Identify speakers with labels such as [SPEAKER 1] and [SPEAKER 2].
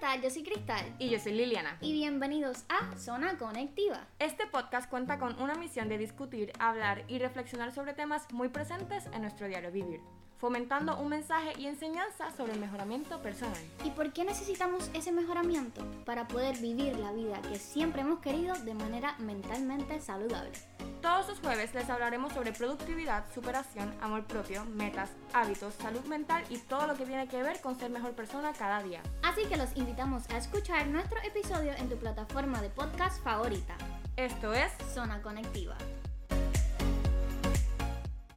[SPEAKER 1] tal? Yo soy Cristal.
[SPEAKER 2] Y yo soy Liliana.
[SPEAKER 1] Y bienvenidos a Zona Conectiva.
[SPEAKER 2] Este podcast cuenta con una misión de discutir, hablar y reflexionar sobre temas muy presentes en nuestro diario vivir, fomentando un mensaje y enseñanza sobre el mejoramiento personal.
[SPEAKER 1] ¿Y por qué necesitamos ese mejoramiento? Para poder vivir la vida que siempre hemos querido de manera mentalmente saludable.
[SPEAKER 2] Todos los jueves les hablaremos sobre productividad, superación, amor propio, metas, hábitos, salud mental y todo lo que tiene que ver con ser mejor persona cada día.
[SPEAKER 1] Así que los invitamos a escuchar nuestro episodio en tu plataforma de podcast favorita.
[SPEAKER 2] Esto es
[SPEAKER 1] Zona Conectiva.